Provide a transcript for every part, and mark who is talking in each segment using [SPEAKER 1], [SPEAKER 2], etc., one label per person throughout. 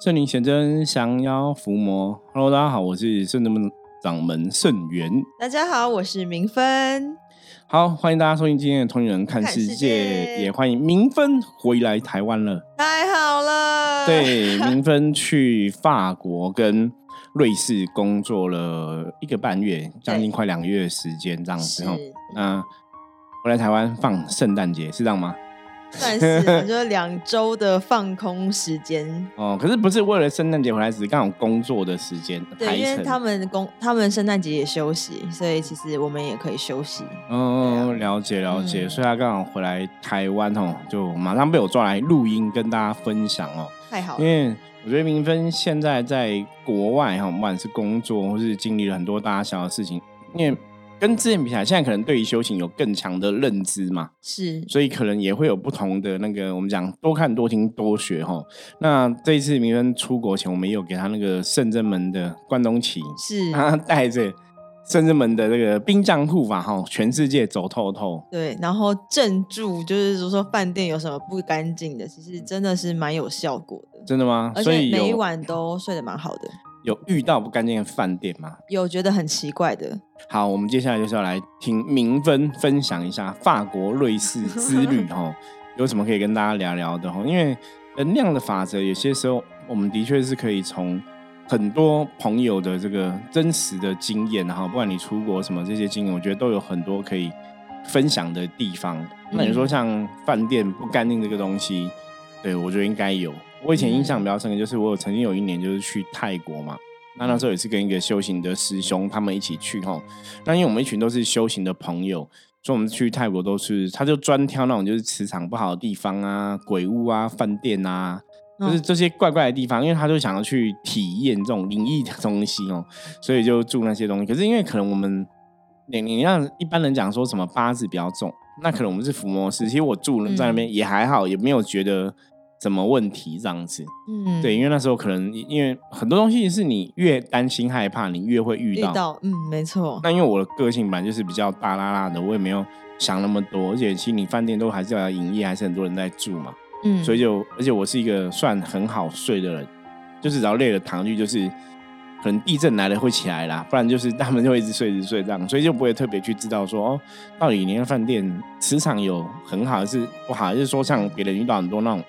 [SPEAKER 1] 圣灵显真，降妖伏魔。Hello，大家好，我是圣门掌门圣元。
[SPEAKER 2] 大家好，我是明芬。
[SPEAKER 1] 好，欢迎大家收听今天的《同龄人看世界》，
[SPEAKER 2] 看世界
[SPEAKER 1] 也欢迎明芬回来台湾 了。
[SPEAKER 2] 太好了，，
[SPEAKER 1] 对，明芬去法国跟瑞士工作了一个半月，将近快两个月的时间这样
[SPEAKER 2] 是
[SPEAKER 1] 子哦。那回来台湾放圣诞节是这样吗？。
[SPEAKER 2] 算是我就两周的放空时间
[SPEAKER 1] 哦，可是不是为了圣诞节回来，只是刚好工作的时间排
[SPEAKER 2] 对，因为
[SPEAKER 1] 程。
[SPEAKER 2] 他们公他们圣诞节也休息，所以其实我们也可以休息。
[SPEAKER 1] 哦，了解了解，
[SPEAKER 2] 啊嗯
[SPEAKER 1] 所以他刚好回来台湾哦，就马上被我抓来录音跟大家分享哦。
[SPEAKER 2] 太好
[SPEAKER 1] 因
[SPEAKER 2] 了，
[SPEAKER 1] 为我觉得明芬现在在国外哈，不管是工作或是经历了很多大小的事情，因为跟之前比起来，现在可能对于修行有更强的认知嘛，
[SPEAKER 2] 是
[SPEAKER 1] 所以可能也会有不同的那个我们讲多看多听多学哈。那这一次明芬出国前，我们也有给他那个圣真门的关东旗，
[SPEAKER 2] 是，
[SPEAKER 1] 他带着圣真门的这个冰杖护法哈，全世界走透透。
[SPEAKER 2] 对。然后镇住，就是说饭店有什么不干净的，其实真的是蛮有效果的，
[SPEAKER 1] 真的吗？
[SPEAKER 2] 而
[SPEAKER 1] 啊所
[SPEAKER 2] 且
[SPEAKER 1] 以
[SPEAKER 2] 每一
[SPEAKER 1] 有
[SPEAKER 2] 晚都睡得蛮好的。
[SPEAKER 1] 有遇到不干净的饭店吗？
[SPEAKER 2] 有觉得很奇怪的，
[SPEAKER 1] 好，我们接下来就是要来听明芬分享一下法国瑞士之旅哦，有什么可以跟大家聊聊的哦？因为能量的法则，有些时候我们的确是可以从很多朋友的这个真实的经验，然后不管你出国什么这些经验，我觉得都有很多可以分享的地方。那你说像饭店不干净这个东西，对我觉得应该有。我以前印象比较深刻，就是我有曾经有一年就是去泰国嘛，那那时候也是跟一个修行的师兄他们一起去吼。那因为我们一群都是修行的朋友，所以我们去泰国都是，他就专挑那种就是磁场不好的地方啊、鬼屋啊、饭店啊，就是
[SPEAKER 2] 嗯
[SPEAKER 1] 这些怪怪的地方，因为他就想要去体验这种灵异的东西哦，所以就住那些东西。可是因为可能我们，你你让一般人讲说什么八字比较重，那可能我们是伏魔师，其实我住在那
[SPEAKER 2] 嗯
[SPEAKER 1] 边也还好，也没有觉得什么问题这样子。
[SPEAKER 2] 嗯，
[SPEAKER 1] 对，因为那时候可能因为很多东西是你越担心害怕，你越会遇
[SPEAKER 2] 遇
[SPEAKER 1] 到。
[SPEAKER 2] 到，嗯，没错，
[SPEAKER 1] 那因为我的个性本来就是比较大拉拉的，我也没有想那么多，而且其实你饭店都还是要营业，还是很多人在住嘛，
[SPEAKER 2] 嗯，
[SPEAKER 1] 所以就而且我是一个算很好睡的人，就是只要累了躺下去就是。可能地震来了会起来啦，不然就是 他们就会一直睡一直睡这样，所以就不会特别去知道说哦，到底你的饭店磁场有很好还是不好，还是说像别人遇到很多那种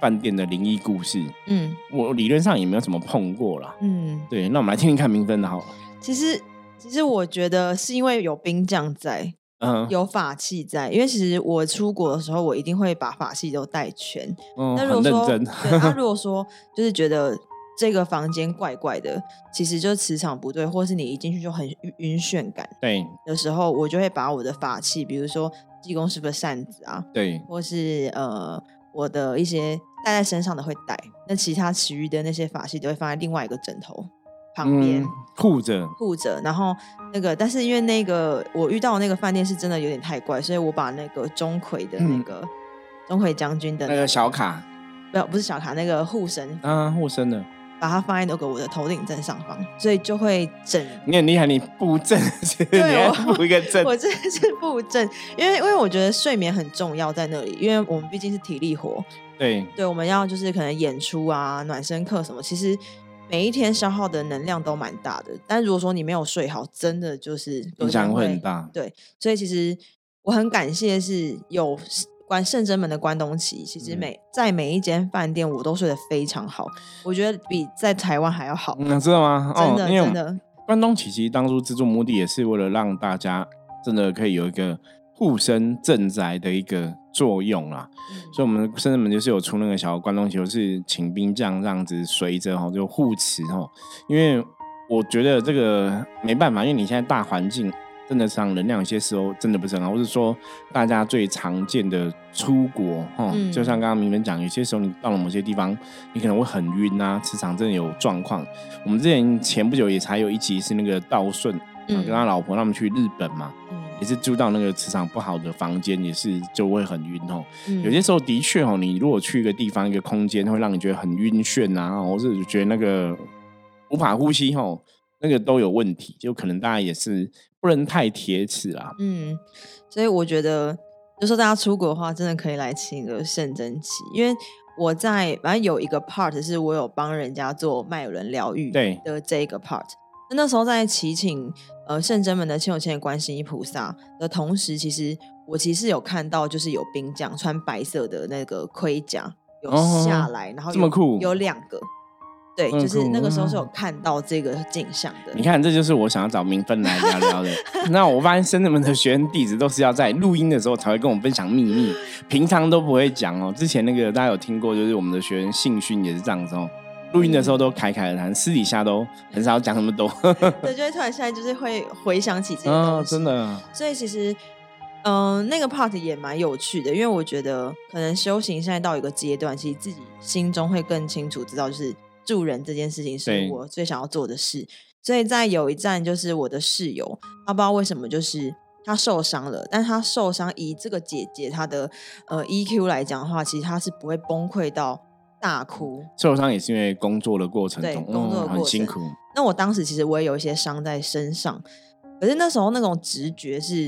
[SPEAKER 1] 饭店的灵异故事，
[SPEAKER 2] 嗯
[SPEAKER 1] 我理论上也没有怎么碰过啦。
[SPEAKER 2] 嗯，
[SPEAKER 1] 对，那我们来听听看评分的好了。
[SPEAKER 2] 其实其实我觉得是因为有冰将在，
[SPEAKER 1] 嗯，
[SPEAKER 2] 有法器在，因为其实我出国的时候，我一定会把法器都带全。
[SPEAKER 1] 嗯
[SPEAKER 2] 那、
[SPEAKER 1] 很
[SPEAKER 2] 如
[SPEAKER 1] 认
[SPEAKER 2] 果说，
[SPEAKER 1] 真。
[SPEAKER 2] 对， 那、如果说就是觉得。这个房间怪怪的，其实就是磁场不对，或是你一进去就很晕晕眩感
[SPEAKER 1] 对
[SPEAKER 2] 的时候，我就会把我的法器，比如说济公师傅的扇子啊，
[SPEAKER 1] 对，
[SPEAKER 2] 或是呃我的一些带在身上的会带，那其他其余的那些法器都会放在另外一个枕头旁边
[SPEAKER 1] 嗯，护着，
[SPEAKER 2] 护着。然后那个，但是因为那个我遇到的那个饭店是真的有点太怪，所以我把那个钟馗的那
[SPEAKER 1] 嗯
[SPEAKER 2] 个、钟馗将军的
[SPEAKER 1] 那个小卡
[SPEAKER 2] 不要不是小卡那个护神，
[SPEAKER 1] 啊，护身的，
[SPEAKER 2] 把它放在那个我的头顶正上方，所以就会整。
[SPEAKER 1] 你很厉害，你布阵 是，你
[SPEAKER 2] 对
[SPEAKER 1] 还
[SPEAKER 2] 我
[SPEAKER 1] 布一个阵，
[SPEAKER 2] 我真的是不正，因为因为我觉得睡眠很重要在那里，因为我们毕竟是体力活，
[SPEAKER 1] 对，
[SPEAKER 2] 对，我们要就是可能演出啊、暖身课什么，其实每一天消耗的能量都蛮大的。但如果说你没有睡好，真的就是隔
[SPEAKER 1] 影
[SPEAKER 2] 天
[SPEAKER 1] 响会很。大。
[SPEAKER 2] 所以其实我很感谢是有关圣真门的关东旗，其实
[SPEAKER 1] 嗯
[SPEAKER 2] 每、在每一间饭店我都睡得非常好，我觉得比在台湾还要好，
[SPEAKER 1] 嗯，知道吗？
[SPEAKER 2] 真
[SPEAKER 1] 哦，
[SPEAKER 2] 的
[SPEAKER 1] 因为我
[SPEAKER 2] 真
[SPEAKER 1] 们
[SPEAKER 2] 的，嗯
[SPEAKER 1] 关东其实当初制作目的也是为了让大家真的可以有一个护身镇宅的一个作用啦。所以我们甚至们就是有出那个小关东球，是请兵将这样子随着吼就护持吼，因为我觉得这个没办法，因为你现在大环境真的上能量有些时候真的不是很好，或者说大家最常见的出国哈，
[SPEAKER 2] 嗯
[SPEAKER 1] 就像刚刚明文讲，有些时候你到了某些地方，你可能会很晕啊，磁场真的有状况。我们之前前不久也才有一集是那个道顺，
[SPEAKER 2] 嗯
[SPEAKER 1] 跟他老婆他们去日本嘛，也是住到那个磁场不好的房间，也是就会很晕哦。
[SPEAKER 2] 嗯
[SPEAKER 1] 有些时候的确哦，你如果去一个地方、一个空间，会让你觉得很晕眩啊，或是觉得那个无法呼吸哦，那个都有问题，就可能大家也是不能太铁齿啦。
[SPEAKER 2] 嗯，所以我觉得，就说大家出国的话，真的可以来请个圣真旗，因为我在反正有一个 part 是我有帮人家做脉轮疗愈
[SPEAKER 1] 对
[SPEAKER 2] 的这一个 part。那时候在祈请呃圣真门的亲友千里观世音菩萨的同时，其实我其实有看到就是有兵将穿白色的那个盔甲有
[SPEAKER 1] 哦
[SPEAKER 2] 下来，然后
[SPEAKER 1] 这么
[SPEAKER 2] 有
[SPEAKER 1] 酷
[SPEAKER 2] 有两个。对，
[SPEAKER 1] 这么
[SPEAKER 2] 就是
[SPEAKER 1] 酷
[SPEAKER 2] 那个时候是有
[SPEAKER 1] 哇
[SPEAKER 2] 看到这个景象的。
[SPEAKER 1] 你看，这就是我想要找明芬来聊聊的。那我发现深圳们的学员弟子都是要在录音的时候才会跟我们分享秘密，平常都不会讲哦。之前那个大家有听过，就是我们的学员信训也是这样子哦，录音的时候都侃侃而谈，私底下都很少讲那么多。
[SPEAKER 2] 对，就会突然现在就是会回想起这 些
[SPEAKER 1] 啊，
[SPEAKER 2] 东西，
[SPEAKER 1] 真。的，
[SPEAKER 2] 所以其实，嗯、那个 part 也蛮有趣的，因为我觉得可能修行现在到一个阶段，其实自己心中会更清楚知道，就是助人这件事情是
[SPEAKER 1] 对
[SPEAKER 2] 我最想要做的事。所以在有一站，就是我的室友，他不知道为什么就是。他受伤了，但他受伤以这个姐姐她的呃 EQ 来讲的话，其实她是不会崩溃到大哭，
[SPEAKER 1] 受伤也是因为工作的过程
[SPEAKER 2] 对
[SPEAKER 1] 中，
[SPEAKER 2] 工作的
[SPEAKER 1] 嗯、很
[SPEAKER 2] 过
[SPEAKER 1] 辛
[SPEAKER 2] 程
[SPEAKER 1] 苦。
[SPEAKER 2] 那我当时其实我也有一些伤在身上，可是那时候那种直觉是，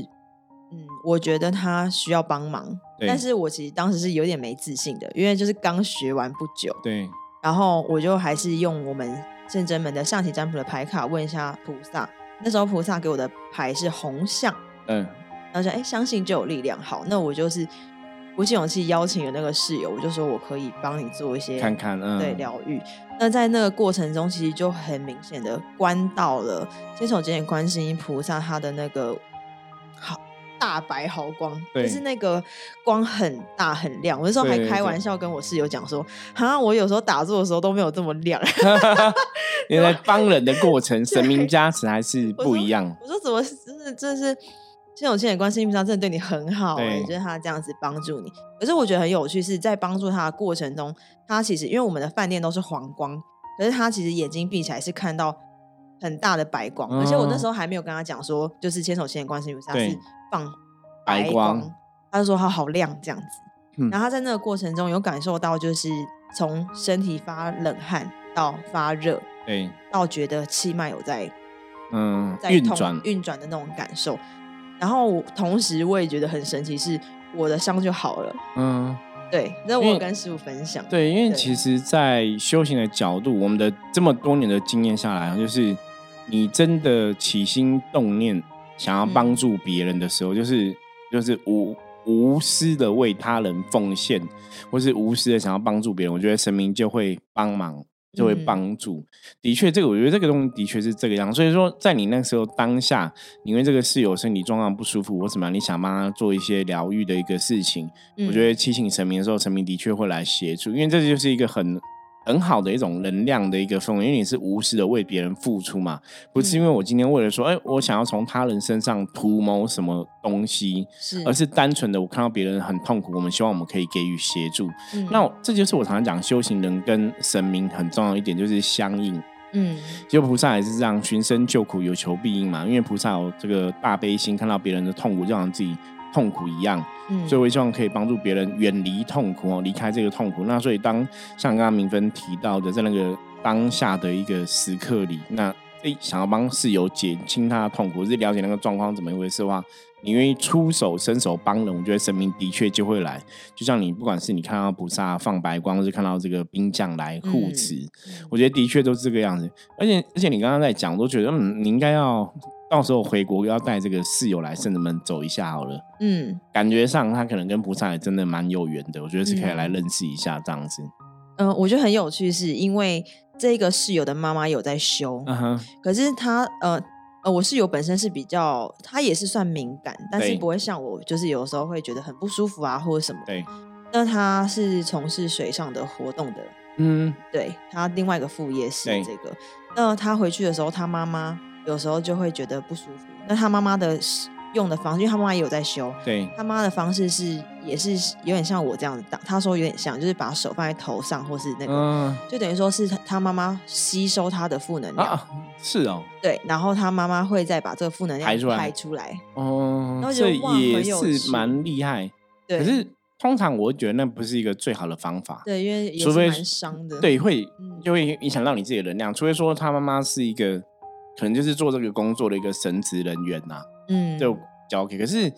[SPEAKER 2] 嗯，我觉得他需要帮忙，
[SPEAKER 1] 对
[SPEAKER 2] 但是我其实当时是有点没自信的，因为就是刚学完不久，
[SPEAKER 1] 对，
[SPEAKER 2] 然后我就还是用我们圣真门的象棋占卜的牌卡问一下菩萨，那时候菩萨给我的牌是红象，
[SPEAKER 1] 嗯，
[SPEAKER 2] 然后说，哎、相信就有力量，好，那我就是鼓起勇气邀请了那个室友，我就说我可以帮你做一些
[SPEAKER 1] 看看，嗯，
[SPEAKER 2] 对疗愈。那在那个过程中，其实就很明显的观到了千手千眼观世音菩萨他的那个好大白毫光，
[SPEAKER 1] 对
[SPEAKER 2] 就是那个光很大很亮。我那时候还
[SPEAKER 1] 对
[SPEAKER 2] 开
[SPEAKER 1] 对
[SPEAKER 2] 玩笑跟我室友讲说，啊，我有时候打坐的时候都没有这么亮。
[SPEAKER 1] 因为在帮人的过 程，神明加持还是不一样。
[SPEAKER 2] 我说怎么是真的真的是千手千眼观世音菩萨真的对你很好哎、
[SPEAKER 1] 对
[SPEAKER 2] 就是他这样子帮助你。可是我觉得很有趣是在帮助他的过程中，他其实因为我们的饭店都是黄光，可是他其实眼睛闭起来是看到很大的白光，
[SPEAKER 1] 嗯
[SPEAKER 2] 而且我那时候还没有跟他讲说，就是千手千眼观世音菩萨
[SPEAKER 1] 对
[SPEAKER 2] 是放
[SPEAKER 1] 白
[SPEAKER 2] 白
[SPEAKER 1] 光
[SPEAKER 2] 他就说他好亮这样子。
[SPEAKER 1] 嗯
[SPEAKER 2] 然后他在那个过程中有感受到，就是从身体发冷汗到发热，
[SPEAKER 1] 对，
[SPEAKER 2] 到觉得气脉有在
[SPEAKER 1] 嗯，
[SPEAKER 2] 在
[SPEAKER 1] 运
[SPEAKER 2] 痛
[SPEAKER 1] 转，
[SPEAKER 2] 运转的那种感受。然后我同时我也觉得很神奇，是我的伤就好了。
[SPEAKER 1] 嗯，
[SPEAKER 2] 对，那我
[SPEAKER 1] 因为
[SPEAKER 2] 有跟师傅分享。
[SPEAKER 1] 对，因为
[SPEAKER 2] 对
[SPEAKER 1] 其实，在修行的角度，我们的这么多年的经验下来，啊就是你真的起心动念想要
[SPEAKER 2] 嗯
[SPEAKER 1] 帮助别人的时候，就是就是无无私的为他人奉献，或是无私的想要帮助别人，我觉得神明就会帮忙。就会
[SPEAKER 2] 嗯
[SPEAKER 1] 帮助，的确，这个我觉得这个东西的确是这个样。所以说，在你那时候当下，你因为这个室友身体状况不舒服或怎么啊样，你想帮他做一些疗愈的一个事情，
[SPEAKER 2] 嗯，
[SPEAKER 1] 我觉得祈请神明的时候，神明的确会来协助，因为这就是一个很很好的一种能量的一个氛围，因为你是无私的为别人付出嘛，不是
[SPEAKER 2] 嗯
[SPEAKER 1] 因为我今天为了说，哎、我想要从他人身上图谋什么东西，
[SPEAKER 2] 是，
[SPEAKER 1] 而呃是单纯的我看到别人很痛苦，我们希望我们可以给予协助。
[SPEAKER 2] 嗯
[SPEAKER 1] 那我这就是我常常讲，修行人跟神明很重要一点，就是相应。
[SPEAKER 2] 嗯
[SPEAKER 1] 就菩萨也是这样，寻声救苦，有求必应嘛。因为菩萨有这个大悲心，看到别人的痛苦，就好像自己痛苦一样。
[SPEAKER 2] 嗯，
[SPEAKER 1] 所以我也希望可以帮助别人远离痛苦哦，离开这个痛苦。那所以当像刚刚明芬提到的，在那个当下的一个时刻里，那诶想要帮室友减轻他的痛苦，或是了解那个状况怎么一回事的话，你愿意出手伸手帮人，我觉得神明的确就会来。就像你不管是你看到菩萨放白光，或是看到这个兵将来护
[SPEAKER 2] 嗯
[SPEAKER 1] 持，我觉得的确都是这个样子。而且而且你刚刚在讲，我都觉得嗯，你应该要到时候回国要带这个室友来圣人门走一下好了。
[SPEAKER 2] 嗯
[SPEAKER 1] 感觉上他可能跟菩萨也真的蛮有缘的，我觉得是可以
[SPEAKER 2] 嗯
[SPEAKER 1] 来认识一下这样子。
[SPEAKER 2] 嗯、呃我觉得很有趣，是因为这个室友的妈妈有在修，
[SPEAKER 1] 嗯哼，
[SPEAKER 2] 可是她呃。呃，我室友本身是比较，她也是算敏感，但是
[SPEAKER 1] 对
[SPEAKER 2] 不会像我，就是有时候会觉得很不舒服啊，或者什么。
[SPEAKER 1] 对，
[SPEAKER 2] 那她是从事水上的活动的
[SPEAKER 1] 嗯，
[SPEAKER 2] 对他另外一个副业是
[SPEAKER 1] 对
[SPEAKER 2] 这个。那他回去的时候，他妈妈有时候就会觉得不舒服。那他妈妈的使用的方式，因为他妈妈也有在修，
[SPEAKER 1] 对，
[SPEAKER 2] 他妈的方式是也是有点像我这样子打，他说有点像，就是把手放在头上，或是那个，
[SPEAKER 1] 嗯
[SPEAKER 2] 就等于说是他他妈妈吸收他的负能量，
[SPEAKER 1] 啊，是哦，
[SPEAKER 2] 对，然后他妈妈会再把这个负能量
[SPEAKER 1] 排出来
[SPEAKER 2] 排出来，那
[SPEAKER 1] 哦，
[SPEAKER 2] 我觉
[SPEAKER 1] 这
[SPEAKER 2] 得哇
[SPEAKER 1] 也
[SPEAKER 2] 很有
[SPEAKER 1] 是
[SPEAKER 2] 趣
[SPEAKER 1] 蛮厉害。
[SPEAKER 2] 对，
[SPEAKER 1] 可是通常我觉得那不是一个最好的方法，
[SPEAKER 2] 对，因为也
[SPEAKER 1] 除
[SPEAKER 2] 是
[SPEAKER 1] 非
[SPEAKER 2] 蛮伤的，
[SPEAKER 1] 对，会
[SPEAKER 2] 嗯
[SPEAKER 1] 就会影响到你自己的能量。除非说他妈妈是一个可能就是做这个工作的一个神职人员呐、
[SPEAKER 2] 嗯，
[SPEAKER 1] 就交给。可是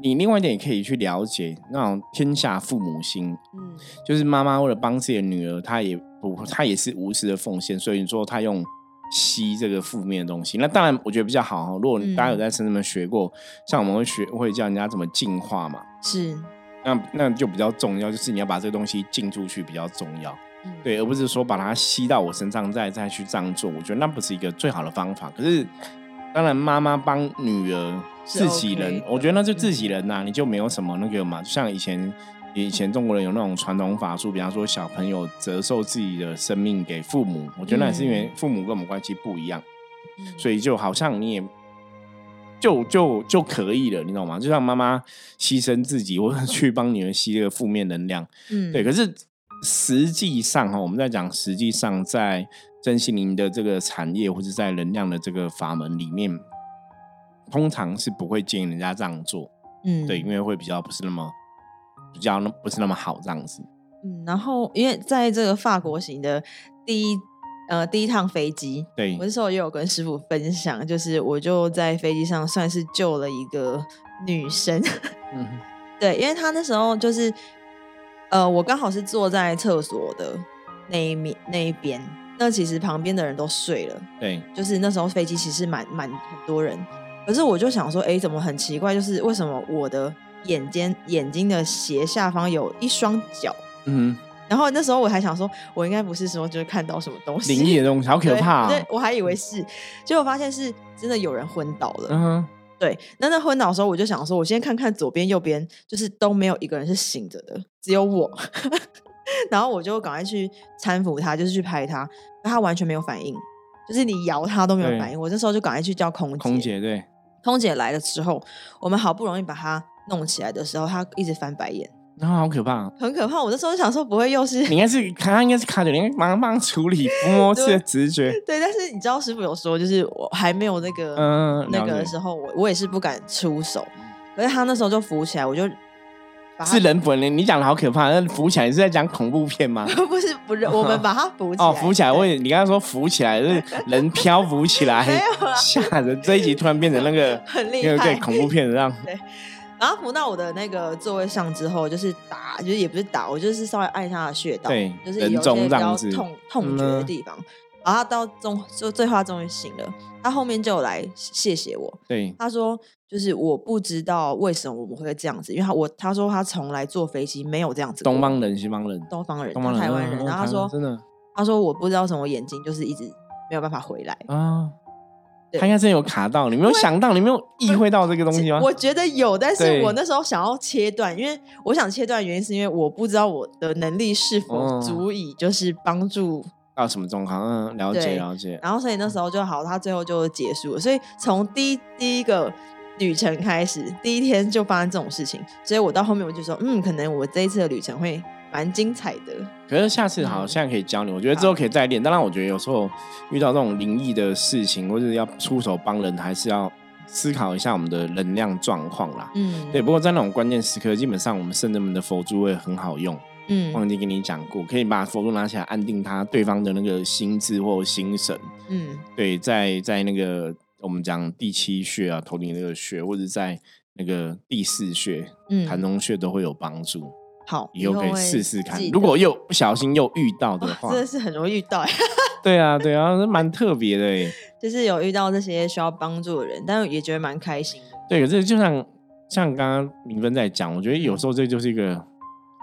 [SPEAKER 1] 你另外一点也可以去了解那种天下父母心，
[SPEAKER 2] 嗯，
[SPEAKER 1] 就是妈妈为了帮自己的女儿，她也不，她也是无私的奉献，所以你说她用吸这个负面的东西，那当然我觉得比较好哈。如果
[SPEAKER 2] 嗯
[SPEAKER 1] 大家有在深圳学过，像我们会学会教人家怎么净化嘛，
[SPEAKER 2] 是，
[SPEAKER 1] 那那就比较重要，就是你要把这个东西进出去比较重要，
[SPEAKER 2] 嗯，
[SPEAKER 1] 对，而不是说把它吸到我身上再再去这样做，我觉得那不是一个最好的方法。可是当然，妈妈帮女儿
[SPEAKER 2] 是
[SPEAKER 1] 自己人
[SPEAKER 2] OK 的嗯
[SPEAKER 1] 我觉得那就自己人呐、你就没有什么那个嘛，就像以前。以前中国人有那种传统法术，比方说小朋友折寿自己的生命给父母，我觉得那也是因为父母跟我们关系不一样，
[SPEAKER 2] 嗯
[SPEAKER 1] 所以就好像你也就就就可以了，你懂吗？就像妈妈牺牲自己，或者去帮女儿吸这个负面能量，
[SPEAKER 2] 嗯，
[SPEAKER 1] 对。可是实际上哈，我们在讲实际上在真心灵的这个产业，或者在能量的这个法门里面，通常是不会建议人家这样做，
[SPEAKER 2] 嗯，
[SPEAKER 1] 对，因为会比较不是那么比较那不是那么好这样子。
[SPEAKER 2] 嗯，然后因为在这个法国行的第一呃第一趟飞机，
[SPEAKER 1] 对
[SPEAKER 2] 我那时候也有跟师傅分享，就是我就在飞机上算是救了一个女生，
[SPEAKER 1] 嗯哼
[SPEAKER 2] 对，因为她那时候就是呃我刚好是坐在厕所的那一面那一边，那其实旁边的人都睡了，
[SPEAKER 1] 对，
[SPEAKER 2] 就是那时候飞机其实蛮蛮很多人，可是我就想说，哎，怎么很奇怪，就是为什么我的眼尖眼睛的斜下方有一双脚。
[SPEAKER 1] 嗯
[SPEAKER 2] 然后那时候我还想说，我应该不是说就是看到什么东
[SPEAKER 1] 哼，
[SPEAKER 2] 西，
[SPEAKER 1] 灵 异的东西好可
[SPEAKER 2] 对
[SPEAKER 1] 怕、
[SPEAKER 2] 对
[SPEAKER 1] 哦。
[SPEAKER 2] 我还以为是，结果发现是真的有人昏倒了。
[SPEAKER 1] 嗯哼，
[SPEAKER 2] 对，那那昏倒的时候，我就想说，我先看看左边、右边，就是都没有一个人是醒着的，只有我。 然后我就赶快去搀扶他，就是去拍他，但他完全没有反应，就是你摇他都没有
[SPEAKER 1] 对
[SPEAKER 2] 反应。我这时候就赶快去叫空姐，
[SPEAKER 1] 空姐对，
[SPEAKER 2] 空姐来了之后，我们好不容易把他弄起来的时候，他一直翻白眼，
[SPEAKER 1] 那好可怕、 哦。
[SPEAKER 2] 很可怕。我那时候就想说，不会又是
[SPEAKER 1] 你应该是他应该是卡着，你应该马上帮他处 理，摸是直觉。
[SPEAKER 2] 对，但是你知道师傅有说，就是我还没有那个、
[SPEAKER 1] 嗯，
[SPEAKER 2] 那
[SPEAKER 1] 了
[SPEAKER 2] 个
[SPEAKER 1] 解嗯
[SPEAKER 2] 的时候，我我也是不敢出手，可是他那时候就扶起来，我就把他
[SPEAKER 1] 是人本人，你讲的好可怕。那扶起来你是在讲恐怖片吗？
[SPEAKER 2] 不是不是，我们把他扶起来，
[SPEAKER 1] 哦，扶起来，
[SPEAKER 2] 对
[SPEAKER 1] 我以为你刚才说扶起来是人漂浮起来
[SPEAKER 2] 没有，啦
[SPEAKER 1] 吓人。这一集突然变成那个
[SPEAKER 2] 很
[SPEAKER 1] 那
[SPEAKER 2] 厉
[SPEAKER 1] 个
[SPEAKER 2] 害
[SPEAKER 1] 更。恐怖片的样。
[SPEAKER 2] 然后扶到我的那个座位上之后，就是打，就是也不是打，我就是稍微按一下他的穴道，
[SPEAKER 1] 对
[SPEAKER 2] 就是
[SPEAKER 1] 人
[SPEAKER 2] 有一
[SPEAKER 1] 中
[SPEAKER 2] 些比
[SPEAKER 1] 这样
[SPEAKER 2] 较
[SPEAKER 1] 子
[SPEAKER 2] 痛痛觉
[SPEAKER 1] 嗯
[SPEAKER 2] 的地方。然后他到中就最后他终于醒了，他后面就有来谢谢我，
[SPEAKER 1] 对，
[SPEAKER 2] 他说就是我不知道为什么我们会这样子，因为他我他说他从来坐飞机没有这样子过。
[SPEAKER 1] 东方人、西方人、
[SPEAKER 2] 东方人，
[SPEAKER 1] 东方
[SPEAKER 2] 他
[SPEAKER 1] 人、
[SPEAKER 2] 台湾人，
[SPEAKER 1] 嗯
[SPEAKER 2] 然后他
[SPEAKER 1] 台湾
[SPEAKER 2] 说
[SPEAKER 1] 真的
[SPEAKER 2] 他说我不知道什么眼睛就是一直没有办法回 来。
[SPEAKER 1] 啊，
[SPEAKER 2] 对
[SPEAKER 1] 他应该真的有卡到，你没有想到，你没有意会到这个东西吗？
[SPEAKER 2] 我觉得有，但是
[SPEAKER 1] 对
[SPEAKER 2] 我那时候想要切断，因为我想切断的原因是因为我不知道我的能力是否
[SPEAKER 1] 哦
[SPEAKER 2] 足以就是帮助，
[SPEAKER 1] 到什么状况？嗯，了解
[SPEAKER 2] 对
[SPEAKER 1] 了解。
[SPEAKER 2] 然后所以那时候就好，他最后就结束了。所以从第一第一个旅程开始，第一天就发生这种事情，所以我到后面我就说，嗯，可能我这一次的旅程会蛮精彩的。
[SPEAKER 1] 可是下次好，
[SPEAKER 2] 嗯
[SPEAKER 1] 现在可以教你。我觉得之后可以再练。当然，我觉得有时候遇到这种灵异的事情，或者要出手帮人，还是要思考一下我们的能量状况啦。
[SPEAKER 2] 嗯，
[SPEAKER 1] 对，，不过在那种关键时刻，基本上我们圣人们的佛珠会很好用。
[SPEAKER 2] 嗯
[SPEAKER 1] 忘记跟你讲过，可以把佛珠拿起来安定他对方的那个心智或心神。
[SPEAKER 2] 嗯
[SPEAKER 1] 对，在在那个我们讲第七穴啊，头顶那个穴，或者在那个第四穴、檀
[SPEAKER 2] 嗯，
[SPEAKER 1] 中穴都会有帮助。
[SPEAKER 2] 好，
[SPEAKER 1] 以后可以
[SPEAKER 2] 会
[SPEAKER 1] 试试看
[SPEAKER 2] 记。
[SPEAKER 1] 如
[SPEAKER 2] 得
[SPEAKER 1] 果又不小心又遇到的
[SPEAKER 2] 哇
[SPEAKER 1] 话
[SPEAKER 2] 真，的是很容易遇到欸，
[SPEAKER 1] 对啊，对啊，这蛮特别的欸。
[SPEAKER 2] 就是有遇到这些需要帮助的人，但也觉得蛮开心的。
[SPEAKER 1] 对，可是就像像刚刚明芬在讲，我觉得有时候这就是一个，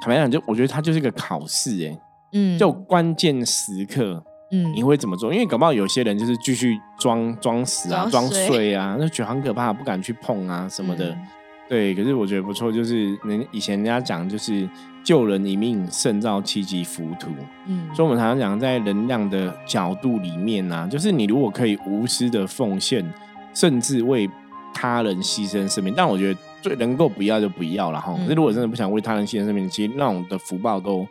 [SPEAKER 1] 坦白讲，就我觉得它就是一个考试，哎，
[SPEAKER 2] 嗯
[SPEAKER 1] 就关键时刻
[SPEAKER 2] 嗯
[SPEAKER 1] 你会怎么做？因为搞不好有些人就是继续装装死啊、装
[SPEAKER 2] 装
[SPEAKER 1] 睡啊，那觉得很可怕，不敢去碰啊什么的。
[SPEAKER 2] 嗯
[SPEAKER 1] 对，可是我觉得不错，就是人以前人家讲就是救人一命胜造七级浮屠。
[SPEAKER 2] 嗯
[SPEAKER 1] 所以我们常常讲，在能量的角度里面呢、啊，就是你如果可以无私的奉献，甚至为他人牺牲生命，但我觉得最能够不要就不要了哈。
[SPEAKER 2] 嗯
[SPEAKER 1] 可是如果真的不想为他人牺牲生命，其实那种的福报都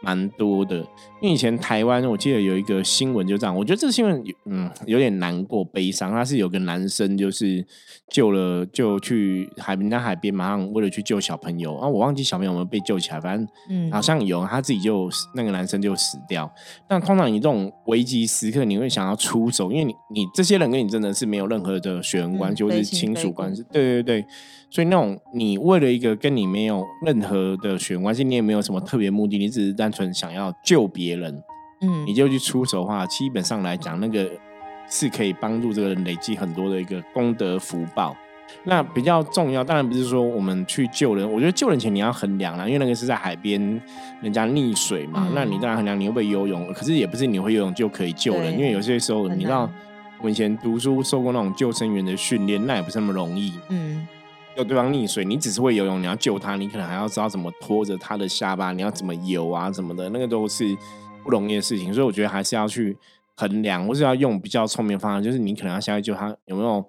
[SPEAKER 1] 蛮多的。因为以前台湾，我记得有一个新闻就这样，我觉得这个新闻有嗯有点难过悲伤。他是有个男生就是救了就去海边，在海边马上为了去救小朋友啊，我忘记小朋友有没有被救起来，反正
[SPEAKER 2] 嗯
[SPEAKER 1] 好像有，他自己就死那个男生就死掉。但通常你这种危急时刻，你会想要出手，因为你你这些人跟你真的是没有任何的血缘关系、
[SPEAKER 2] 嗯
[SPEAKER 1] 或者
[SPEAKER 2] 非
[SPEAKER 1] 是
[SPEAKER 2] 亲
[SPEAKER 1] 亲
[SPEAKER 2] 非
[SPEAKER 1] 属
[SPEAKER 2] 故
[SPEAKER 1] 关系，对对对。所以那种你为了一个跟你没有任何的血缘关系，你也没有什么特别目的，你只是单纯想要救别人，
[SPEAKER 2] 嗯
[SPEAKER 1] 你就去出手的话，基本上来讲，那个是可以帮助这个人累积很多的一个功德福报。那比较重要，当然不是说我们去救人，我觉得救人前你要衡量啦，因为那个是在海边，人家溺水嘛，
[SPEAKER 2] 嗯
[SPEAKER 1] 那你当然衡量你会不会游泳，可是也不是你会游泳就可以救人，
[SPEAKER 2] 对
[SPEAKER 1] 因为有些时候
[SPEAKER 2] 很
[SPEAKER 1] 你知道
[SPEAKER 2] 难，
[SPEAKER 1] 我以前读书受过那种救生员的训练，那也不是那么容易。
[SPEAKER 2] 嗯
[SPEAKER 1] 有对方溺水，你只是会游泳，你要救他，你可能还要知道怎么拖着他的下巴，你要怎么游啊，什么的，那个都是不容易的事情。所以我觉得还是要去衡量，或是要用比较聪明的方法，就是你可能要先去救他有没有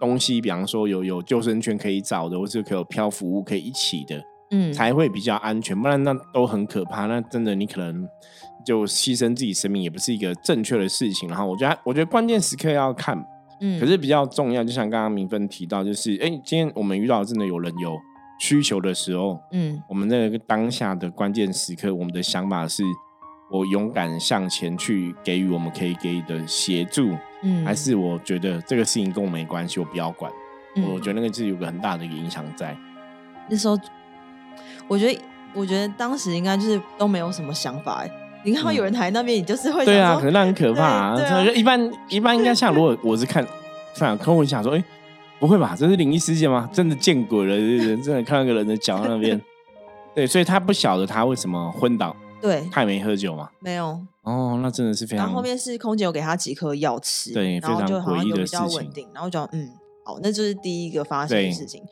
[SPEAKER 1] 东西，比方说有有救生圈可以找的，或是可以有漂浮物可以一起的，
[SPEAKER 2] 嗯，
[SPEAKER 1] 才会比较安全。不然那都很可怕，那真的你可能就牺牲自己生命，也不是一个正确的事情。然后我觉得，我觉得关键时刻要看
[SPEAKER 2] 嗯
[SPEAKER 1] 可是比较重要，就像刚刚明芬提到，就是哎、今天我们遇到真的有人有需求的时候，
[SPEAKER 2] 嗯
[SPEAKER 1] 我们那个当下的关键时刻，我们的想法是：我勇敢向前去给予我们可以给予的协助，
[SPEAKER 2] 嗯，
[SPEAKER 1] 还是我觉得这个事情跟我没关系，我不要管。我觉得
[SPEAKER 2] 得
[SPEAKER 1] 那个是有个很大的一个影响在。
[SPEAKER 2] 那时候，我觉得我觉得当时应该就是都没有什么想法欸。你看到有人抬那边，你就是
[SPEAKER 1] 嗯
[SPEAKER 2] 会
[SPEAKER 1] 对啊，
[SPEAKER 2] 想
[SPEAKER 1] 可
[SPEAKER 2] 说
[SPEAKER 1] 是那很可怕啊！
[SPEAKER 2] 对对啊
[SPEAKER 1] 就一般一般应该像，如果我是看， 看可我想说，哎、不会吧？这是灵异事件吗？真的见鬼了！这人真的看到个人的脚在那 边，对，所以他不晓得他为什么昏倒，
[SPEAKER 2] 对，
[SPEAKER 1] 他也没喝酒嘛。
[SPEAKER 2] 没有。
[SPEAKER 1] 哦，那真的是非
[SPEAKER 2] 然
[SPEAKER 1] 常
[SPEAKER 2] 后后面是空姐有给他几颗药吃，
[SPEAKER 1] 对
[SPEAKER 2] 然后
[SPEAKER 1] 非常
[SPEAKER 2] 就好
[SPEAKER 1] 诡
[SPEAKER 2] 像
[SPEAKER 1] 异
[SPEAKER 2] 有
[SPEAKER 1] 的
[SPEAKER 2] 比较
[SPEAKER 1] 事
[SPEAKER 2] 稳
[SPEAKER 1] 情
[SPEAKER 2] 定，然后就嗯，好，那就是第一个发生
[SPEAKER 1] 对
[SPEAKER 2] 的事情。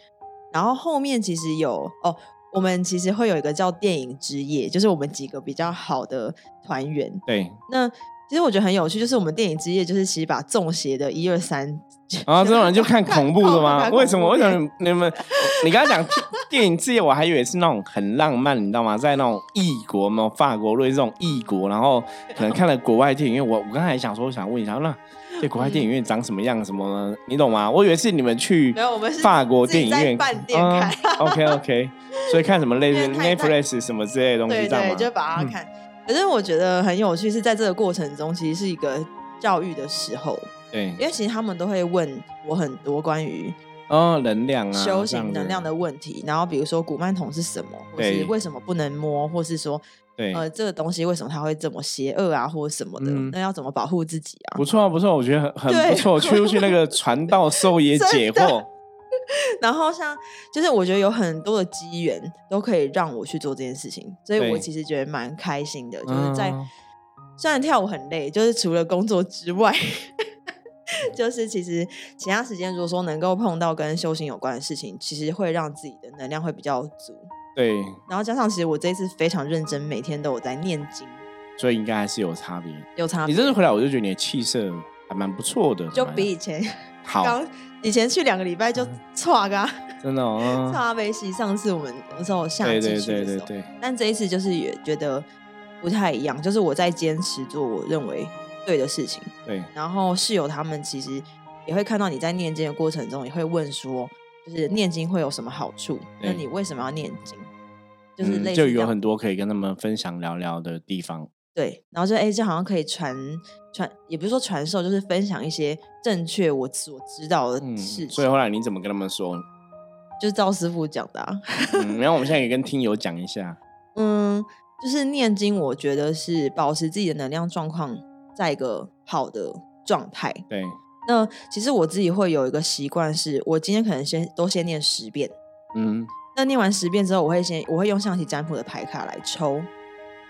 [SPEAKER 2] 然后后面其实有哦，我们其实会有一个叫电影之夜，就是我们几个比较好的团员。
[SPEAKER 1] 对
[SPEAKER 2] 那其实我觉得很有趣，就是我们电影之夜就是其实把中邪的一二三，
[SPEAKER 1] 然啊后这种人就看恐怖的吗？
[SPEAKER 2] 看
[SPEAKER 1] 为什么？为
[SPEAKER 2] 恐怖
[SPEAKER 1] 什
[SPEAKER 2] 片
[SPEAKER 1] 么你们？ 你刚刚讲电影事业，我还以为是那种很浪漫，你知道吗？在那种异国嘛，法国、瑞士这种异国，然后可能看了国外电影院。我我刚才还想说，我想问一下，那这国外电影院长什么样？什么？你懂吗？我以为是你们去
[SPEAKER 2] 没有我们是
[SPEAKER 1] 法国电影
[SPEAKER 2] 自己
[SPEAKER 1] 院
[SPEAKER 2] 在饭店 看
[SPEAKER 1] OK OK，所以看什 么类似
[SPEAKER 2] 因为太
[SPEAKER 1] Netflix 什么之类的东西，
[SPEAKER 2] 对
[SPEAKER 1] 知道吗
[SPEAKER 2] 对，？就把它
[SPEAKER 1] 嗯
[SPEAKER 2] 看。可是我觉得很有趣，是在这个过程中，其实是一个教育的时候，
[SPEAKER 1] 对
[SPEAKER 2] 因为其实他们都会问我很多关于
[SPEAKER 1] 哦，能量啊，
[SPEAKER 2] 修
[SPEAKER 1] 这样
[SPEAKER 2] 行
[SPEAKER 1] 子
[SPEAKER 2] 能量的问题，然后比如说古曼童是什么，或
[SPEAKER 1] 对
[SPEAKER 2] 是为什么不能摸，或是说
[SPEAKER 1] 对。
[SPEAKER 2] 呃这个东西为什么它会这么邪恶啊，或者什么的，
[SPEAKER 1] 嗯
[SPEAKER 2] 那要怎么保护自己啊？
[SPEAKER 1] 不错啊，不错，我觉得很很
[SPEAKER 2] 对
[SPEAKER 1] 不 错。去去那个传道授业解
[SPEAKER 2] 真的
[SPEAKER 1] 惑，
[SPEAKER 2] 然后像就是我觉得有很多的机缘都可以让我去做这件事情，所以我
[SPEAKER 1] 对
[SPEAKER 2] 其实觉得蛮开心的，就是在、
[SPEAKER 1] 嗯
[SPEAKER 2] 虽然跳舞很累，就是除了工作之外。 就是其实其他时间，如果说能够碰到跟修行有关的事情，其实会让自己的能量会比较足。
[SPEAKER 1] 对，
[SPEAKER 2] 然后加上，其实我这一次非常认真，每天都有在念经，
[SPEAKER 1] 所以应该还是有差别。
[SPEAKER 2] 有差
[SPEAKER 1] 你
[SPEAKER 2] 别，
[SPEAKER 1] 这次回来，我就觉得你的气色还蛮不错的，
[SPEAKER 2] 就
[SPEAKER 1] 蛮
[SPEAKER 2] 比以前
[SPEAKER 1] 好，
[SPEAKER 2] 刚以前去两个礼拜就啊唰嘎
[SPEAKER 1] 真的哦。嗯
[SPEAKER 2] 唰悲喜。上次我们那时候夏
[SPEAKER 1] 对
[SPEAKER 2] 季
[SPEAKER 1] 对
[SPEAKER 2] 去
[SPEAKER 1] 对
[SPEAKER 2] 的时
[SPEAKER 1] 对
[SPEAKER 2] 候，
[SPEAKER 1] 对，
[SPEAKER 2] 但这一次就是也觉得不太一样，就是我在坚持做我认为对的事情。
[SPEAKER 1] 对
[SPEAKER 2] 然后室友他们其实也会看到你在念经的过程中，也会问说，就是念经会有什么好处？那
[SPEAKER 1] 对
[SPEAKER 2] 你为什么要念经？就
[SPEAKER 1] 就是
[SPEAKER 2] 类似
[SPEAKER 1] 嗯就
[SPEAKER 2] 这
[SPEAKER 1] 有
[SPEAKER 2] 样
[SPEAKER 1] 很多可以跟他们分享聊聊的地方。
[SPEAKER 2] 对，然后就哎、诶这好像可以传传，也不是说传授，就是分享一些正确我所知道的
[SPEAKER 1] 嗯，
[SPEAKER 2] 事情，
[SPEAKER 1] 所以后来你怎么跟他们 说？
[SPEAKER 2] 就是赵师傅讲的、啊。
[SPEAKER 1] 嗯，然后我们现在也跟听友讲一下。
[SPEAKER 2] 嗯，就是念经，我觉得是保持自己的能量状况在一个好的状态。
[SPEAKER 1] 对，
[SPEAKER 2] 那其实我自己会有一个习惯是，我今天可能先都先念十遍，
[SPEAKER 1] 嗯，
[SPEAKER 2] 那念完十遍之后，我会先我会用象棋占卜的牌卡来抽，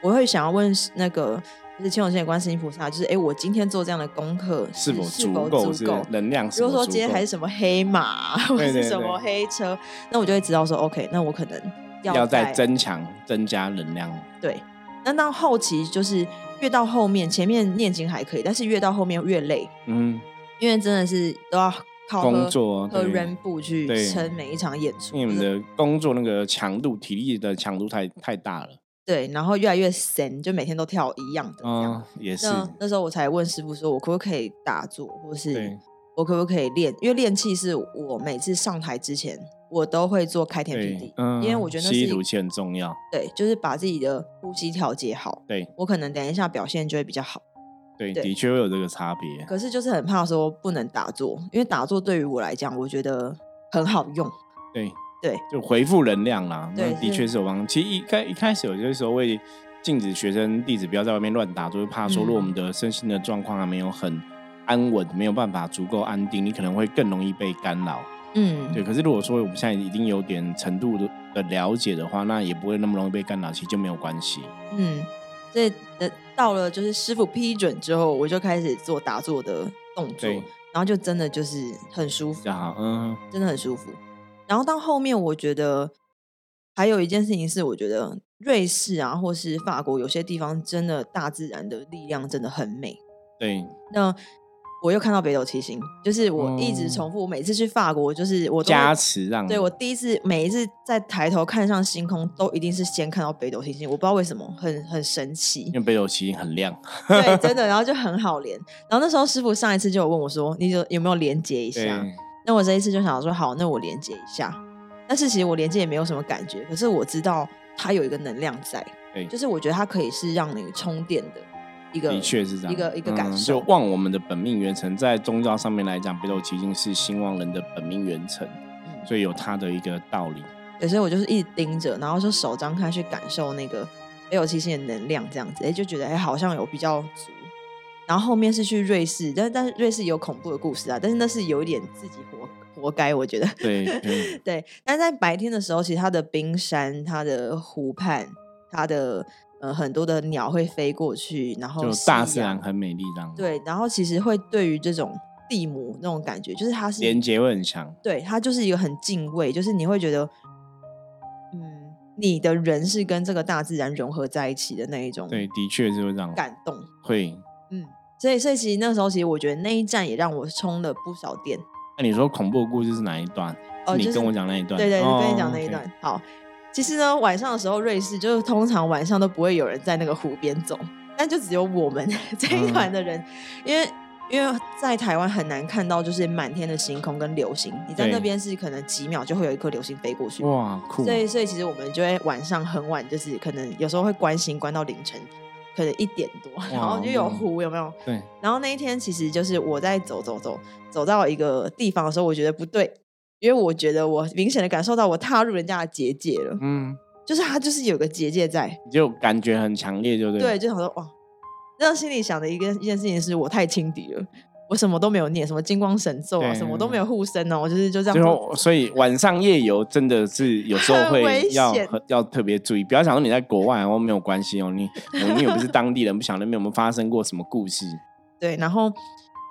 [SPEAKER 2] 我会想要问是那个就是千手千眼观世音菩萨，就是哎、诶我今天做这样的功课
[SPEAKER 1] 是否
[SPEAKER 2] 是
[SPEAKER 1] 足
[SPEAKER 2] 否
[SPEAKER 1] 够？
[SPEAKER 2] 足
[SPEAKER 1] 是
[SPEAKER 2] 够？
[SPEAKER 1] 能量是
[SPEAKER 2] 如
[SPEAKER 1] 否足够？
[SPEAKER 2] 果说今天还是什么黑马，或
[SPEAKER 1] 对
[SPEAKER 2] 是
[SPEAKER 1] 对
[SPEAKER 2] 什么黑车，那我就会知道说，OK，那我可能要
[SPEAKER 1] 要再增强、增加能量。
[SPEAKER 2] 对。那到后期就是越到后面，前面念经还可以，但是越到后面越累，
[SPEAKER 1] 嗯，
[SPEAKER 2] 因为真的是都要靠喝
[SPEAKER 1] 工作
[SPEAKER 2] 和
[SPEAKER 1] 对
[SPEAKER 2] run 步去
[SPEAKER 1] 对
[SPEAKER 2] 撑每一场演出，
[SPEAKER 1] 因为你们
[SPEAKER 2] 真的
[SPEAKER 1] 的工作那个强度、体力的强度太太大了。
[SPEAKER 2] 对，然后越来越神，就每天都跳一样的这样。
[SPEAKER 1] 嗯，也是，
[SPEAKER 2] 那那时候我才问师傅说，我可不可以打坐，或是
[SPEAKER 1] 对
[SPEAKER 2] 我可不可以练？因为练气是我每次上台之前，我都会做开天辟
[SPEAKER 1] 对
[SPEAKER 2] 地，，
[SPEAKER 1] 嗯，
[SPEAKER 2] 因为我觉得那是
[SPEAKER 1] 吸
[SPEAKER 2] 一
[SPEAKER 1] 毒气很重要，
[SPEAKER 2] 对，就是把自己的呼吸调节好，
[SPEAKER 1] 对
[SPEAKER 2] 我可能等一下表现就会比较好。
[SPEAKER 1] 对，
[SPEAKER 2] 对
[SPEAKER 1] 的确会有这个差别，
[SPEAKER 2] 可是就是很怕说不能打坐，因为打坐对于我来讲，我觉得很好用。
[SPEAKER 1] 对
[SPEAKER 2] 对，
[SPEAKER 1] 就回复能量啦，那
[SPEAKER 2] 对
[SPEAKER 1] 的
[SPEAKER 2] 是
[SPEAKER 1] 确是有帮助。其实一开一开始有些时候会禁止学生弟子不要在外面乱打，就是怕说，
[SPEAKER 2] 嗯
[SPEAKER 1] 如果我们的身心的状况还啊没有很安稳，没有办法足够安定，你可能会更容易被干扰。
[SPEAKER 2] 嗯，
[SPEAKER 1] 对，可是如果说我们现在已经有点程度的的了解的话，那也不会那么容易被干扰，其实就没有关系。
[SPEAKER 2] 嗯，所以呃，到了就是师傅批准之后，我就开始做打坐的动作，
[SPEAKER 1] 对
[SPEAKER 2] 然后就真的就是很舒
[SPEAKER 1] 比
[SPEAKER 2] 服
[SPEAKER 1] 较，好，嗯，
[SPEAKER 2] 真的很舒服。然后到后面，我觉得还有一件事情是，我觉得瑞士啊，或是法国有些地方，真的大自然的力量真的很美。
[SPEAKER 1] 对，
[SPEAKER 2] 那我又看到北斗七星，就是我一
[SPEAKER 1] 哦
[SPEAKER 2] 直重复，我每次去法国，就是我都会
[SPEAKER 1] 加持让
[SPEAKER 2] 对我第一次每一次在抬头看上星空，都一定是先看到北斗七星，我不知道为什么，很很神奇
[SPEAKER 1] 因。为北斗七星很亮，
[SPEAKER 2] 对，真的，然后就很好连。然后那时候师傅上一次就有问我说，你有有没有连接一
[SPEAKER 1] 对
[SPEAKER 2] 下？那我这一次就想说，好，那我连接一下。但是其实我连接也没有什么感觉，可是我知道它有一个能量在
[SPEAKER 1] 对，
[SPEAKER 2] 就是我觉得它可以是让你充电的一个，
[SPEAKER 1] 哎的确是这样，
[SPEAKER 2] 一个一个感
[SPEAKER 1] 嗯
[SPEAKER 2] 受
[SPEAKER 1] 就望我们的本命元辰，在宗教上面来讲，北斗七星是兴旺人的本命元辰，
[SPEAKER 2] 嗯
[SPEAKER 1] 所以有它的一个道理。
[SPEAKER 2] 对，所以我就是一直盯着，然后就手张开去感受那个北斗七星的能量，这样子，哎，就觉得哎好像有比较足。然后后面是去瑞士，但但是瑞士有恐怖的故事啊，但是那是有一点自己活活该，我觉得。
[SPEAKER 1] 对，对
[SPEAKER 2] 对，但是在白天的时候，其实它的冰山、它的湖畔、它的呃很多的鸟会飞过去，然后
[SPEAKER 1] 就
[SPEAKER 2] 夕
[SPEAKER 1] 大自
[SPEAKER 2] 阳
[SPEAKER 1] 然很美丽，这样
[SPEAKER 2] 对，然后其实会对于这种地母那种感觉，就是它是
[SPEAKER 1] 连接会很强。
[SPEAKER 2] 对，它就是一个很敬畏，就是你会觉得，嗯，你的人是跟这个大自然融合在一起的那一种
[SPEAKER 1] 对，的确是会这样，
[SPEAKER 2] 嗯感动，
[SPEAKER 1] 会。
[SPEAKER 2] 嗯，所以所以其实那时候其实我觉得那一站也让我充了不少电，
[SPEAKER 1] 那你说恐怖的故事是哪一段？
[SPEAKER 2] 哦
[SPEAKER 1] 是
[SPEAKER 2] 就
[SPEAKER 1] 你
[SPEAKER 2] 是
[SPEAKER 1] 跟我讲那一段，
[SPEAKER 2] 对对，
[SPEAKER 1] 哦
[SPEAKER 2] 跟你讲那一段，。好，其实呢晚上的时候瑞士就是通常晚上都不会有人在那个湖边走，但就只有我们 这一团
[SPEAKER 1] 嗯
[SPEAKER 2] 的人，因为。因为在台湾很难看到就是满天的星空跟流星，你在那
[SPEAKER 1] 对
[SPEAKER 2] 边是可能几秒就会有一颗流星飞过去
[SPEAKER 1] OK，哇，酷！
[SPEAKER 2] 所以，所以其实我们就会晚上很晚，就是可能有时候会关心关到凌晨，可能一点多，然后就有
[SPEAKER 1] 嗯
[SPEAKER 2] 湖有没有？
[SPEAKER 1] 对，
[SPEAKER 2] 然后那一天其实就是我在走走走走到一个地方的时候，我觉得不对，因为我觉得我明显的感受到我踏入人家的结界了，
[SPEAKER 1] 嗯，
[SPEAKER 2] 就是他就是有个结界在，
[SPEAKER 1] 你就感觉很强烈，就对。
[SPEAKER 2] 对，，就想说哇，那心里想的一个一件事情是我太轻敌了。我什么都没有念，什么金光神咒啊，
[SPEAKER 1] 对
[SPEAKER 2] 什么都没有护身哦，我就是就这样
[SPEAKER 1] 最
[SPEAKER 2] 做。
[SPEAKER 1] 后，所以晚上夜游真的是有时候
[SPEAKER 2] 很
[SPEAKER 1] 会
[SPEAKER 2] 危
[SPEAKER 1] 要
[SPEAKER 2] 险
[SPEAKER 1] 很要特别注意，不要想说你在国外哦，没有关系哦，你哦你也不是当地人，不晓得有没有发生过什么故事。
[SPEAKER 2] 对，然后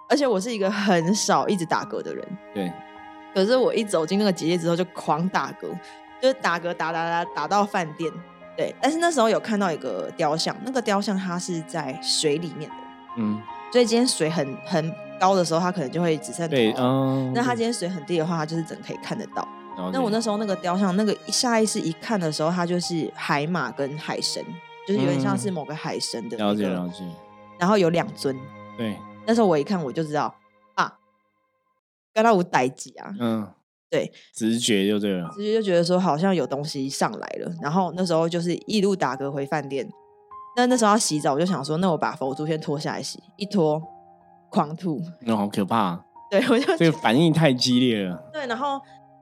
[SPEAKER 2] 而且我是一个很少一直打嗝的人，
[SPEAKER 1] 对，
[SPEAKER 2] 可是我一走进那个结界之后就狂打嗝，就是打嗝打打打打到饭店。对，但是那时候有看到一个雕像，那个雕像它是在水里面的，
[SPEAKER 1] 嗯，
[SPEAKER 2] 所以今天水很很高的时候，它可能就会只剩头
[SPEAKER 1] 对，。嗯，
[SPEAKER 2] 那它今天水很低的话，它就是整可以看得到。
[SPEAKER 1] 了解
[SPEAKER 2] 那我那时候那个雕像，那个一下意识一看的时候，它就是海马跟海神，就是有点像是某个海神的、
[SPEAKER 1] 嗯
[SPEAKER 2] 那
[SPEAKER 1] 了解
[SPEAKER 2] 个
[SPEAKER 1] 了解，
[SPEAKER 2] 然后有两尊，
[SPEAKER 1] 对，
[SPEAKER 2] 那时候我一看我就知道啊，跟他无代际啊，
[SPEAKER 1] 嗯，
[SPEAKER 2] 对，
[SPEAKER 1] 直觉就对了，
[SPEAKER 2] 直接就觉得说好像有东西上来了，然后那时候就是一路打嗝回饭店。那那时候要洗澡，我就想说，那我把佛珠先脱下来洗，一脱狂吐，
[SPEAKER 1] 那、好可怕、啊，
[SPEAKER 2] 对我就
[SPEAKER 1] 这个反应太激烈了，
[SPEAKER 2] 对，然后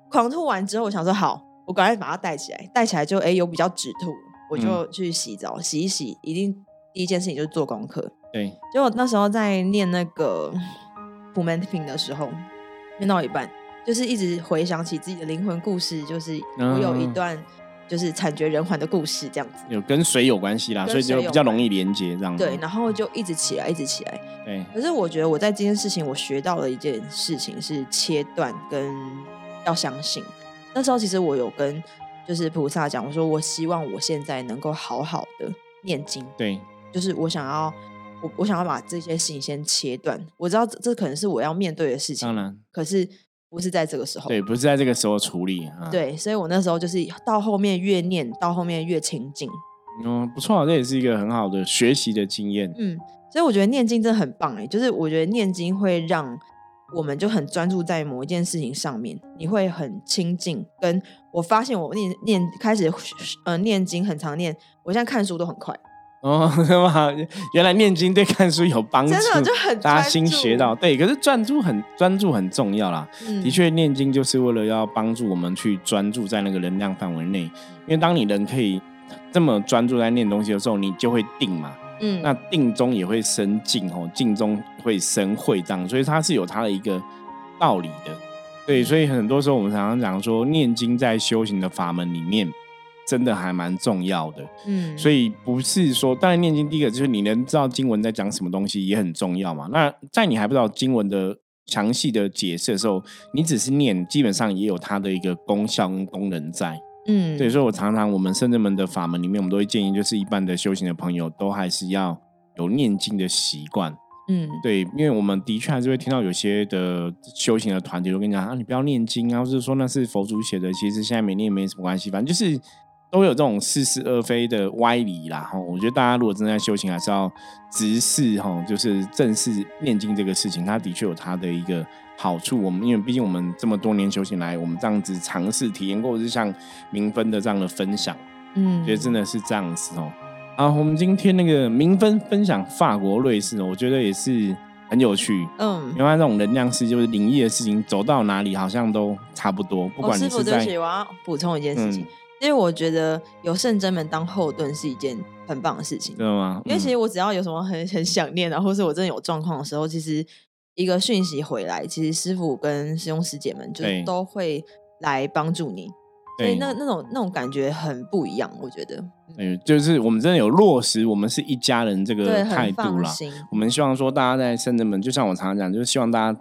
[SPEAKER 2] 狂吐完之后，我想说好，我赶快把它带起来，带起来就哎有比较止吐了，
[SPEAKER 1] 嗯
[SPEAKER 2] 我就去洗澡，洗一洗，一定第一件事情就是做功课。
[SPEAKER 1] 对，
[SPEAKER 2] 结果那时候在念那个普门品的时候，念到一半，就是一直回想起自己的灵魂故事，就是我有一
[SPEAKER 1] 嗯
[SPEAKER 2] 段就是惨绝人寰的故事这样子。
[SPEAKER 1] 有跟水有关系啦，
[SPEAKER 2] 跟
[SPEAKER 1] 所以就
[SPEAKER 2] 水有
[SPEAKER 1] 比较容易连接这样子。
[SPEAKER 2] 对，然后就一直起来，一直起来。
[SPEAKER 1] 对，
[SPEAKER 2] 可是我觉得我在这件事情，我学到了一件事情是切断跟要相信。那时候其实我有跟就是菩萨讲，我说我希望我现在能够好好的念经，
[SPEAKER 1] 对，
[SPEAKER 2] 就是我想要，我我想要把这些事情先切断。我知道这这可能是我要面对的事情，
[SPEAKER 1] 当然，
[SPEAKER 2] 可是不是在这个时候。
[SPEAKER 1] 对，不是在这个时候处理啊。，
[SPEAKER 2] 对所以我那时候就是到后面越念，到后面越清净，
[SPEAKER 1] 嗯，不错啊，这也是一个很好的学习的经验。
[SPEAKER 2] 嗯，所以我觉得念经真的很棒哎、就是我觉得念经会让我们就很专注在某一件事情上面，你会很亲近。跟我发现我念念开始呃念经很常念，我现在看书都很快，
[SPEAKER 1] 哦， 是吗？原来念经对看书有帮助，
[SPEAKER 2] 真的就很
[SPEAKER 1] 大家
[SPEAKER 2] 专
[SPEAKER 1] 新
[SPEAKER 2] 注
[SPEAKER 1] 学到。。对，可是专注很专注很重要啦。
[SPEAKER 2] 嗯
[SPEAKER 1] 的，确，念经就是为了要帮助我们去专注在那个能量范围内，因为当你人可以这么专注在念东西的时候，你就会定嘛。
[SPEAKER 2] 嗯，
[SPEAKER 1] 那定中也会生静哦，静中会生慧这样，所以它是有它的一个道理的。对，
[SPEAKER 2] 嗯
[SPEAKER 1] 所以很多时候我们常常讲说，念经在修行的法门里面，真的还蛮重要的。
[SPEAKER 2] 嗯，
[SPEAKER 1] 所以不是说，当然念经第一个就是你能知道经文在讲什么东西也很重要嘛。那在你还不知道经文的详细的解释的时候，你只是念，基本上也有它的一个功效跟功能在。
[SPEAKER 2] 嗯，
[SPEAKER 1] 对，所以我常常我们圣人门的法门里面，我们都会建议，就是一般的修行的朋友都还是要有念经的习惯。
[SPEAKER 2] 嗯，
[SPEAKER 1] 对，因为我们的确还是会听到有些的修行的团体都跟你讲啊，你不要念经啊，或者说那是佛祖写的，其实现在没念没什么关系，反正就是都有这种似是而非的歪理啦。哈，我觉得大家如果真的在修行，还是要直视哈，就是正视念经这个事情，它的确有它的一个好处。我们因为毕竟我们这么多年修行来，我们这样子尝试体验过，就像明分的这样的分享。
[SPEAKER 2] 嗯，
[SPEAKER 1] 觉得真的是这样子哦。啊，我们今天那个明分分享法国瑞士哦呢，我觉得也是很有趣。
[SPEAKER 2] 嗯，
[SPEAKER 1] 因为那种能量是就是灵异的事情，走到哪里好像都差不多，不
[SPEAKER 2] 我
[SPEAKER 1] 管
[SPEAKER 2] 哦师
[SPEAKER 1] 你
[SPEAKER 2] 傅
[SPEAKER 1] 是
[SPEAKER 2] 对不
[SPEAKER 1] 在
[SPEAKER 2] 起，我要补充一件事情，
[SPEAKER 1] 嗯
[SPEAKER 2] 因为我觉得有圣真门当后盾是一件很棒的事情
[SPEAKER 1] 知。道吗？
[SPEAKER 2] 因为其
[SPEAKER 1] 嗯
[SPEAKER 2] 实我只要有什么很很想念啊，或是我真的有状况的时候，其实一个讯息回来，其实师傅跟师兄师姐们就
[SPEAKER 1] 对
[SPEAKER 2] 是都会来帮助你，所以
[SPEAKER 1] 对
[SPEAKER 2] 那那种那种感觉很不一样，我觉得
[SPEAKER 1] 对，
[SPEAKER 2] 嗯
[SPEAKER 1] 就是我们真的有落实，我们是一家人这
[SPEAKER 2] 对，
[SPEAKER 1] 个态
[SPEAKER 2] 很
[SPEAKER 1] 度
[SPEAKER 2] 放
[SPEAKER 1] 啦。
[SPEAKER 2] 心。
[SPEAKER 1] 我们希望说，大家在圣人门，就像我常常讲，就是希望大家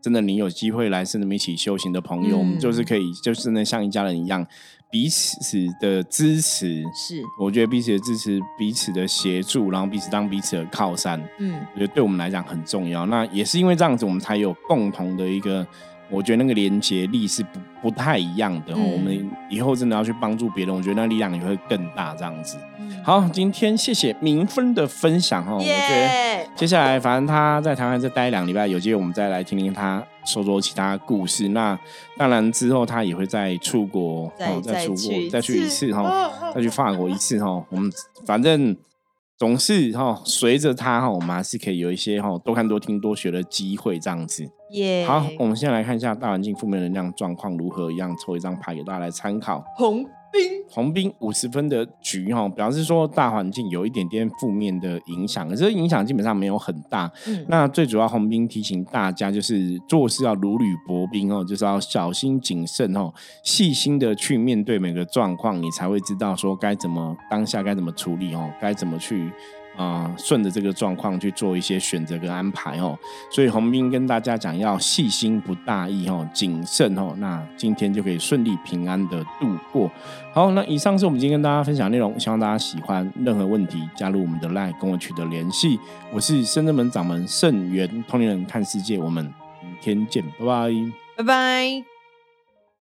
[SPEAKER 1] 真的，你有机会来圣人门一起修行的朋友，我们
[SPEAKER 2] 嗯
[SPEAKER 1] 就是可以，就是真的像一家人一样，彼此的支持，
[SPEAKER 2] 是，
[SPEAKER 1] 我觉得彼此的支持、彼此的协助，然后彼此当彼此的靠山，
[SPEAKER 2] 嗯
[SPEAKER 1] 我觉得对我们来讲很重要。那也是因为这样子，我们才有共同的一个，我觉得那个连接力是不不太一样的、哦。
[SPEAKER 2] 嗯
[SPEAKER 1] 我们以后真的要去帮助别人，我觉得那力量也会更大。这样子，
[SPEAKER 2] 嗯，
[SPEAKER 1] 好，今天谢谢明芬的分享哦，我觉得。
[SPEAKER 2] 耶，
[SPEAKER 1] 接下来，反正他在台湾再待两礼拜，有机会我们再来听听他说说其他故事。那当然之后他也会再出国，
[SPEAKER 2] 再
[SPEAKER 1] 哦、再出国
[SPEAKER 2] 去
[SPEAKER 1] 再去一次哈、哦。
[SPEAKER 2] 哦
[SPEAKER 1] 再去法国一次哈，我们反正总是哈，随着他哈，我们还是可以有一些哈多看多听多学的机会这样子。
[SPEAKER 2] 耶，
[SPEAKER 1] 好，我们先来看一下大环境负面能量状况如何，一样抽一张牌给大家来参考。
[SPEAKER 2] 红冰，
[SPEAKER 1] 红兵五十分的局哈，表示说大环境有一点点负面的影响，可是影响基本上没有很大。
[SPEAKER 2] 嗯，
[SPEAKER 1] 那最主要红兵提醒大家，就是做事要如履薄冰哦，就是要小心谨慎哦，细心的去面对每个状况，你才会知道说该怎么当下该怎么处理哦，该怎么去。啊，顺着这个状况去做一些选择跟安排哦，所以红兵跟大家讲要细心不大意哦，谨慎哦，那今天就可以顺利平安的度过。好，那以上是我们今天跟大家分享的内容，希望大家喜欢。任何问题加入我们的 LINE 跟我取得联系。我是深圳门掌门盛元，同龄人看世界，我们明天见，拜拜。
[SPEAKER 2] 拜拜。